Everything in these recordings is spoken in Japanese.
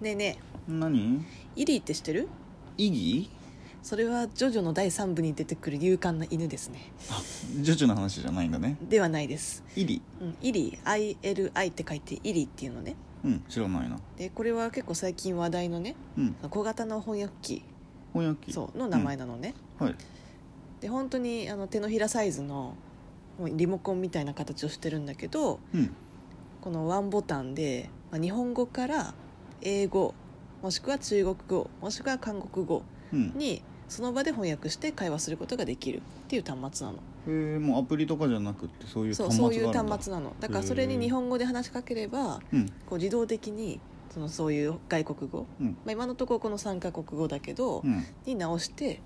ねえね何えイリーって知ってるイギそれはジョジョの第3部に出てくる勇敢な犬ですねージョジョの話じゃないんだねではないです、イリうん、イリー ILI って書いてイリーっていうのねうん知らないなでこれは結構最近話題のねうん小型の翻訳機翻訳機そうの名前なのね、はいで本当にあの手のひらサイズのもうリモコンみたいな形をしてるんだけどうんこのワンボタンで、まあ、日本語から英語もしくは中国語もしくは韓国語うんにその場で翻訳して会話することができるっていう端末なのえー、もうアプリとかじゃなくってそういうそ端う末そがあうるんだいう端末なのだからそれに日本語で話しかければうんこう自動的にそのそういう外国語、うんまあ、今のところこの3カ国語だけど、うんに直して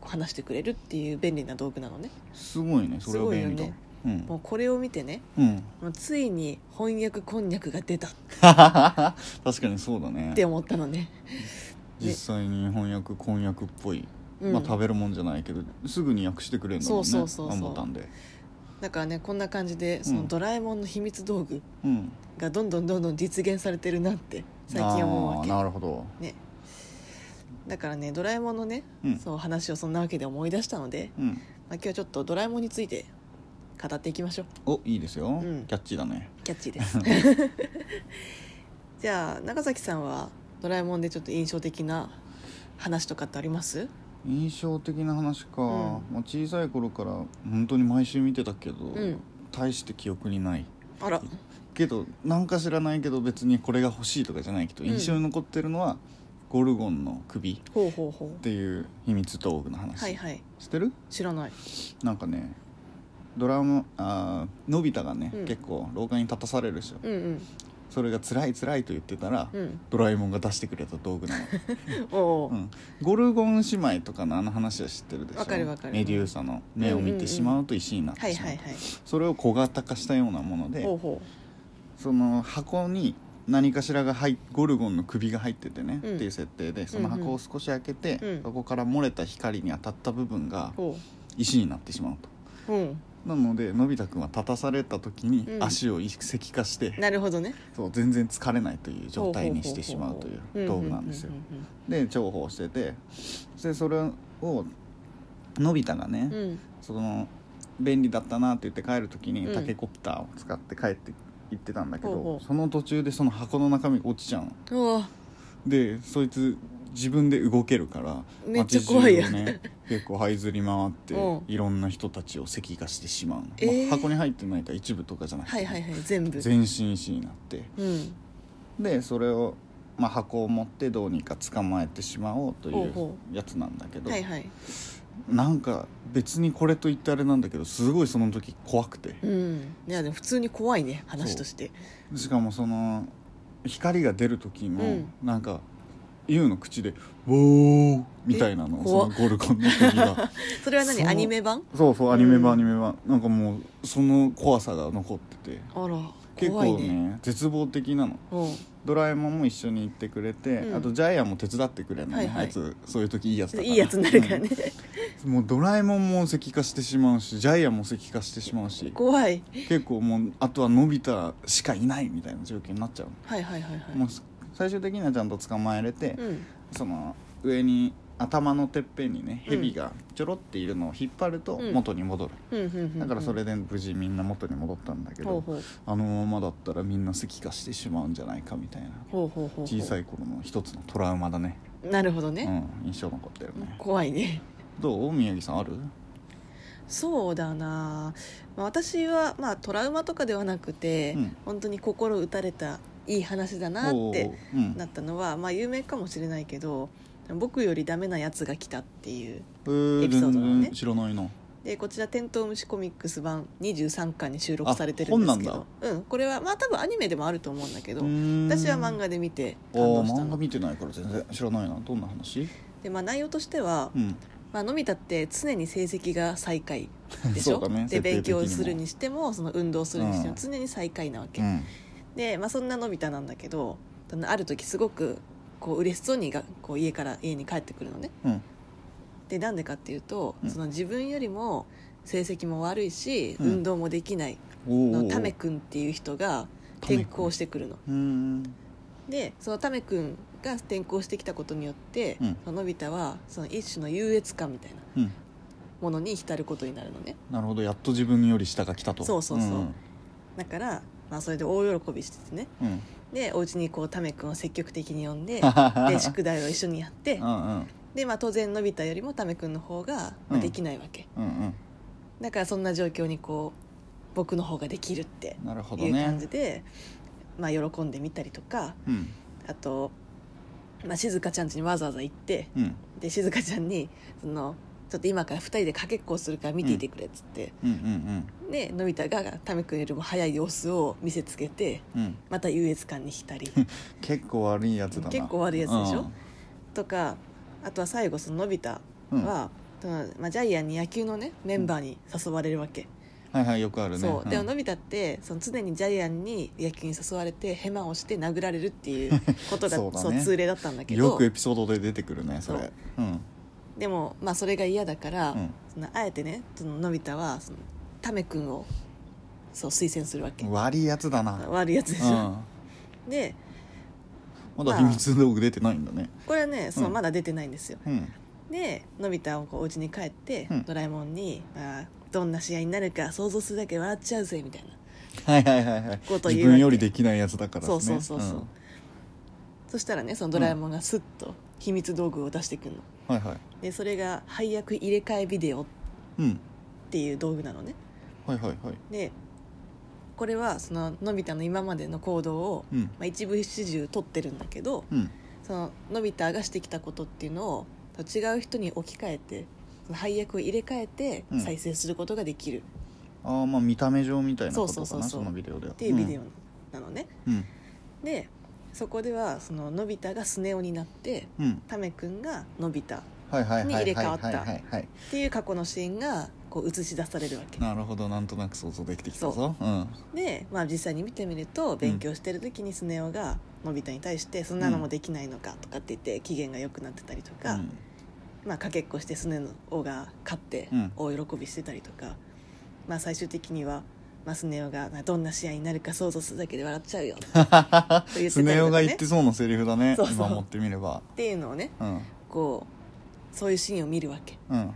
こう話してくれるっていう便利な道具なのねすごいねそれは便利だ、すうんもうこれを見てねうんもうついに翻訳こんにゃくが出たっ 確かにそうだねて思ったのね、実際に翻訳婚約っぽい、うんまあ食べるもんじゃないけどすぐに訳してくれるんだもんねそうそうそうそうワンボタンでだからねこんな感じでそのドラえもんの秘密道具うんがどんどんどんどん実現されてるなって最近思うわあーけなるほどね、だからねドラえもんのね、うんそう話をそんなわけで思い出したので、うんまあ、今日はちょっとドラえもんについて語っていきましょうおいいですよ、うんキャッチーだねキャッチーです じゃあ中崎さんはドラえもんでちょっと印象的な話とかってあります印象的な話か、んまあ、小さい頃から本当に毎週見てたけど、ん大して記憶にないあらけどなんか知らないけど別にこれが欲しいとかじゃないけどうん印象に残ってるのは、ゴルゴンの首っほうほうほていう秘密道具のう話、はいはい知ってる知らないなんかねドラムあーのび太がね、うん結構廊下に立たされるでしょうんうんそれが辛い辛いと言ってたら、うんドラえもんが出してくれた道具なの、おおう、ん、ゴルゴン姉妹とかのあの話は知ってるでしょわかるわかるメデューサの目を見てしまうと石になってしまはう,、いはいはいそれを小型化したようなものでほうほその箱に何かしらが入っゴルゴンの首が入っててね、うんっていう設定でその箱を少し開けて、うんそこから漏れた光に当たった部分がうほ石になってしまうとううんなのでのび太くんは立たされた時にうん足を石化して、なるほどねそう全然疲れないという状態にしてしまうという道具なんですよで重宝しててでそれをのび太がね、うんうんうんうんその便利だったなって言って帰る時に、うんタケコプターを使って帰って行ってたんだけどほうほうその途中でその箱の中身が落ちちゃうのうんうわでそいつ自分で動けるからめっちゃ怖いやん街中をね、結構這いずり回ってうんいろんな人たちを石化してしまうの、まあえー箱に入ってないから一部とかじゃなくて、はいはいはい全部全身石になってうんでそれを、まあ、箱を持ってどうにか捕まえてしまおうといほううほやつなんだけどはいはいなんか別にこれと言ってあれなんだけどすごいその時怖くてうんいやでも普通に怖いね話としてしかもその光が出る時うもんなんか、ユウの口で「ウォー」みたいなのえそ怖のゴルゴンの首 がそれは何そうアニメ版そうそうアニメ版、うんアニメ版なんかもうその怖さが残っててあら結怖い構ねね絶望的なのうんドラえもんも一緒に行ってくれて、うんあとジャイアンも手伝ってくれるのね、はいはいあいつそういう時いいやつだからいいやつになるからね、うんもうドラえもんも石化してしまうしジャイアンも石化してしまう し怖い結構もうあとはのび太しかいないみたいな状況になっちゃうの、はいはいはいはいもうす最終的にはちゃんと捕まえれて、うんその上に頭のてっぺんにねうん蛇がちょろっているのを引っ張るとうん元に戻る、うんうんうんうんだからそれで無事みんな元に戻ったんだけど、ほうほうあのままだったらみんな石化してしまうんじゃないかみたいなほうほうほう小さいい頃の一つのトラウマだねなるほどね、うん、印象残ってるね怖いねどう宮城さんあるそうだな、まあ、私は、まあ、トラウマとかではなくて、うん本当に心打たれたいい話だなっおてーうんなったのは、まあ、有名かもしれないけど「僕よりダメなやつが来た」っていうえーエピソードなのね全然知らないなでこちら「テントウムシコミックス版23巻」に収録されてるんですけあど本うん、これはまあ多分アニメでもあると思うんだけど私私は漫画で見て感ああ動した漫画の見てないから全然知らないなどんな話で、まあ、内容としては、うんまあのび太って常に成績が最下位でしょ、 そうだねで設定勉的にも強するにしてもその運動するにしてもうん常に最下位なわけ、うんで、まあ、そんなのび太なんだけどある時すごくこう嬉しそうにがこう家から家に帰ってくるのねうんでなんでかっていうと、うんその自分よりも成績も悪いし、うん運動もできないおーのタメ君っていう人が転校してくるのうーんでそのタメ君が転校してきたことによって、うんそののび太はその一種の優越感みたいなうん、ものに浸ることになるのねなるほどやっと自分より下が来たとそうそうそううんだから、まあ、それで大喜びしててねうん、でお家にこうタメ君を積極的に呼んででで宿題を一緒にやって うんうんで、まあ、当然のび太よりもタメ君の方がまうあんできないわけ、うんだからそんな状況にこう僕の方ができるってうんなるほどいう感ねじで、まあ、喜んでみたりとかうんあと、まあ、静香ちゃん家にわざわざ行ってうんで静香ちゃんにその「ちょっと今から2人でかけっこをするから見ていてくれ」っつって、うんうんでのび太がタメ君よりも早い様子を見せつけてうんうんまた優越感に浸 り結構悪いやつだな結構悪いやつでしょとかあとは最後そののび太うんうんはは、そのまあ、ジャイアンに野球のねメンバーに誘われるわけ、いはいよくあるねそう、んでものび太ってその常にジャイアンに野球に誘われてヘマをして殴られるっていうことが そそうう、だね通例だったんだけよどくエピソードで出てくるねそれそううんでも、まあ、それが嫌だから、うんそのあえてねそののび太はそのタメ君をそう推薦するわけ悪いやつだなうん悪いやつでし ょ、でまだ秘密道具出てないんだねこれはねそううんまだ出てないんですよ、うんでのび太をこうお家に帰って、うんドラえもんに、まあ「どんな試合になるか想像するだけ笑っちゃうぜ」みたいなはいはいはいはいことを自言うわけ分よりできないやつだからねそうそうそうそうそしたらねそのドラえもんがスッと秘密道具を出してくるのうんはいはいでそれが配役入れ替えビデオっうんていう道具なのねはいはいはいでこれはそののび太の今までの行動を、うんまあ、一部始終撮ってるんだけどうんそののび太がしてきたことっていうのを違う人に置き換えてその配役を入れ替えてうん再生することができるああまあ見た目上みたいなことそうかそうなそうそうそのビデオではっっていうビデオなのね、うんでそこではそののび太がスネ夫になってうんタメ君がのび太っはいはいはいはいに入れはい替わはったいはいはいていう過去のシーンがこう映し出されるわけなるほどなんとなく想像できてきたぞうんで、まあ、実際に見てみると勉強してる時にスネ夫がのび太に対して「そんなのもできないのか」とかって言って機嫌が良くなってたりとか、うんまあ、かけっこしてスネ夫が勝ってうん大喜びしてたりとか、まあ、最終的には、まあ、スネ夫が「どんな試合になるか想像するだけで笑っちゃうよ」っ と言ってたりとかねスネ夫が言ってそうなセリフだねそうそう今思ってみればていうのをねうんこうそういうシーンを見るわけ。うん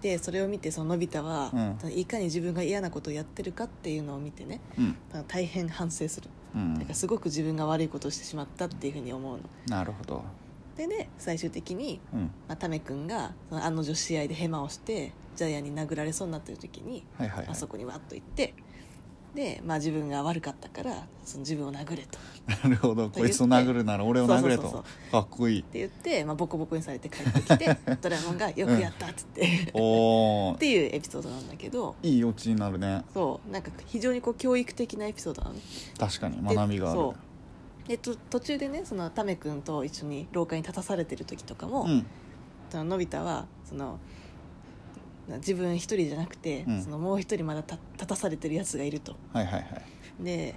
でそれを見てそののび太は、ういかに自分が嫌なことをやってるかっていうのを見てねうん大変反省するうだかんらすごく自分が悪いことをしてしまったっていうふうに思うのなるほどでね最終的に、うんまあ、タメ君がその案の定試合でヘマをしてジャイアンに殴られそうになってる時に、はいはいはあいそこにわっと行ってで、まあ、自分が悪かったからその自分を殴れとっなるほどこいつを殴るなら俺を殴れそうそうとかっこいいて言って、まあ、ボコボコにされて帰ってき てドラえもんが「よくやった」っつって、っおーていうエピソードなんだけどいいオチになるねそうなんか非常にこう教育的なエピソードなの確かにで学びがあるそうでと途中でねそのタメ君と一緒に廊下に立たされてる時とかも、うんそののび太はそのな自分一人じゃなくて、うんそのもう一人まだた立たされてるやつがいるとはいはいはいで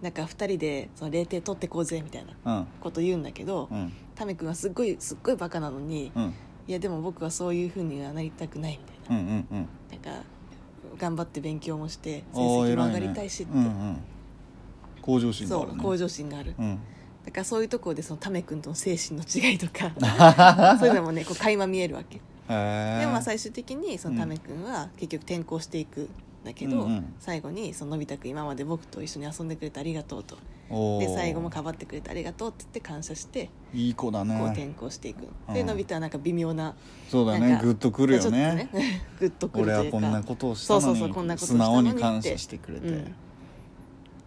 なんか二人でその0点取ってこうぜみたいなうんこと言うんだけど、うんタメ君はすっごいすっごいバカなのに、うんいやでも僕はそういうふうにはなりたくないみたいうんうんうんな,、なんか頑張って勉強もして成おー績も上偉ねがりたいしって、うんうん、向上心がそあるうね向上心がある、うんだからそういうところでそのタメ君との精神の違いと かそういうのもねこう垣間見えるわけへえでもまあ最終的にそのタメ君は結局転校していくんだけど、うんうん最後にそののび太くん今まで僕と一緒に遊んでくれてありがとうとおーで最後もかばってくれてありがとうって言って感謝していい子だこうね転校していく、うでんのび太はなんか微妙なそうだなねんかグッとくるよねちょっとグッとくると俺はいうこんなかことをしたのにそうそうそうこんなことをした素のに直ってに感謝してくれて、うん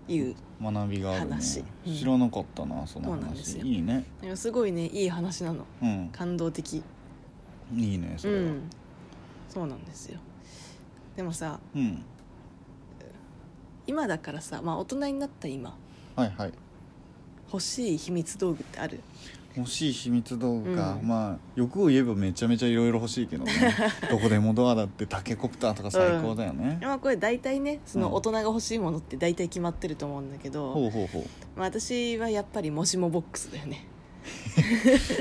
いう学びがあるね話うん知らなかったなそのそうなんで話すよいいねなんかすごいねいい話なのうん感動的いいねそうれはうんんそうなんですよでもさ今だからさ、まあ、大人になった今はいはい欲しい秘密道具ってある欲しい秘密道具か、うんまあ欲を言えばめちゃめちゃいろいろ欲しい けどねどこでもドアだってタケコプターとか最高だよね、まあこれ大体ねそうんの大人が欲しいものって大体決まってると思うんだけど、ほうほうほうまあ、私はやっぱりもしもボックスだよね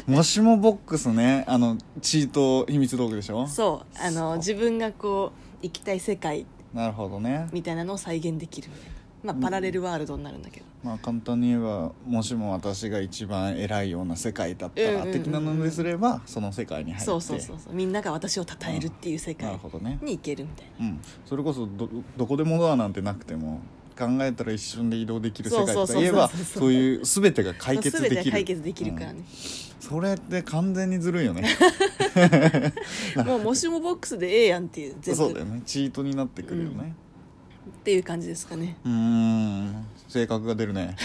もしもボックスねあのチート秘密道具でしょそうあそうの自分がこう行きたい世界なるほどねみたいなのを再現できるみたいなまあパラレルワールドになるんだけど、まあ簡単に言えばもしも私が一番偉いような世界だったうんうんうんらうん的なのですればその世界に入ってそうそうそうそうみんなが私を称えるっていう世な界るほどねに行けるみたいな。うんそれこそどどこでもドアなんてなくても考えたら一瞬で移動できる世界そうとそうそうそういえばそういう全てが解決でき全るて解決できるからうんね、それって完全にずるい よねもうもしもボックスでええやんっていう全そう部だっよねチートになってくるよねていう感じですかねうーん性格が出 るね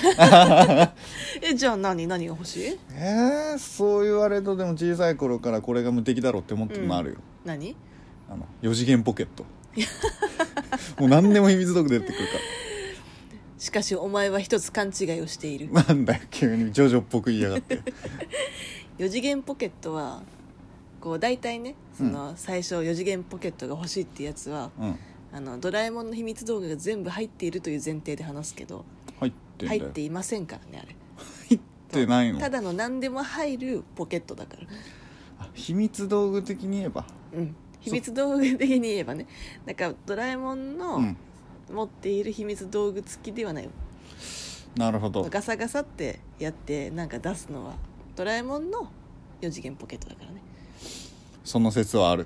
えじゃあ何何が欲しいえー、そう言われるとでも小さい頃からこれが無敵だろうって思ってるのあるよ、何あの4次元ポケット もう何でも秘密道具出てくるか しかしお前は一つ勘違いをしているらなんだよ急にジョジョっぽく言いやがって4次元ポケットはこう大体ねその最初4次元ポケットが欲しいってやつは、うんあのドラえもんの秘密道具が全部入っているという前提で話すけど入ってんだ入よっていませんからねあれ入ってないのただの何でも入るポケットだからあ秘密道具的に言えばうん秘密道具的に言えばねなんかドラえもんうのん持っている秘密道具付きではない、なるほどガサガサってやってなんか出すのはドラえもんの4次元ポケットだからねその説はある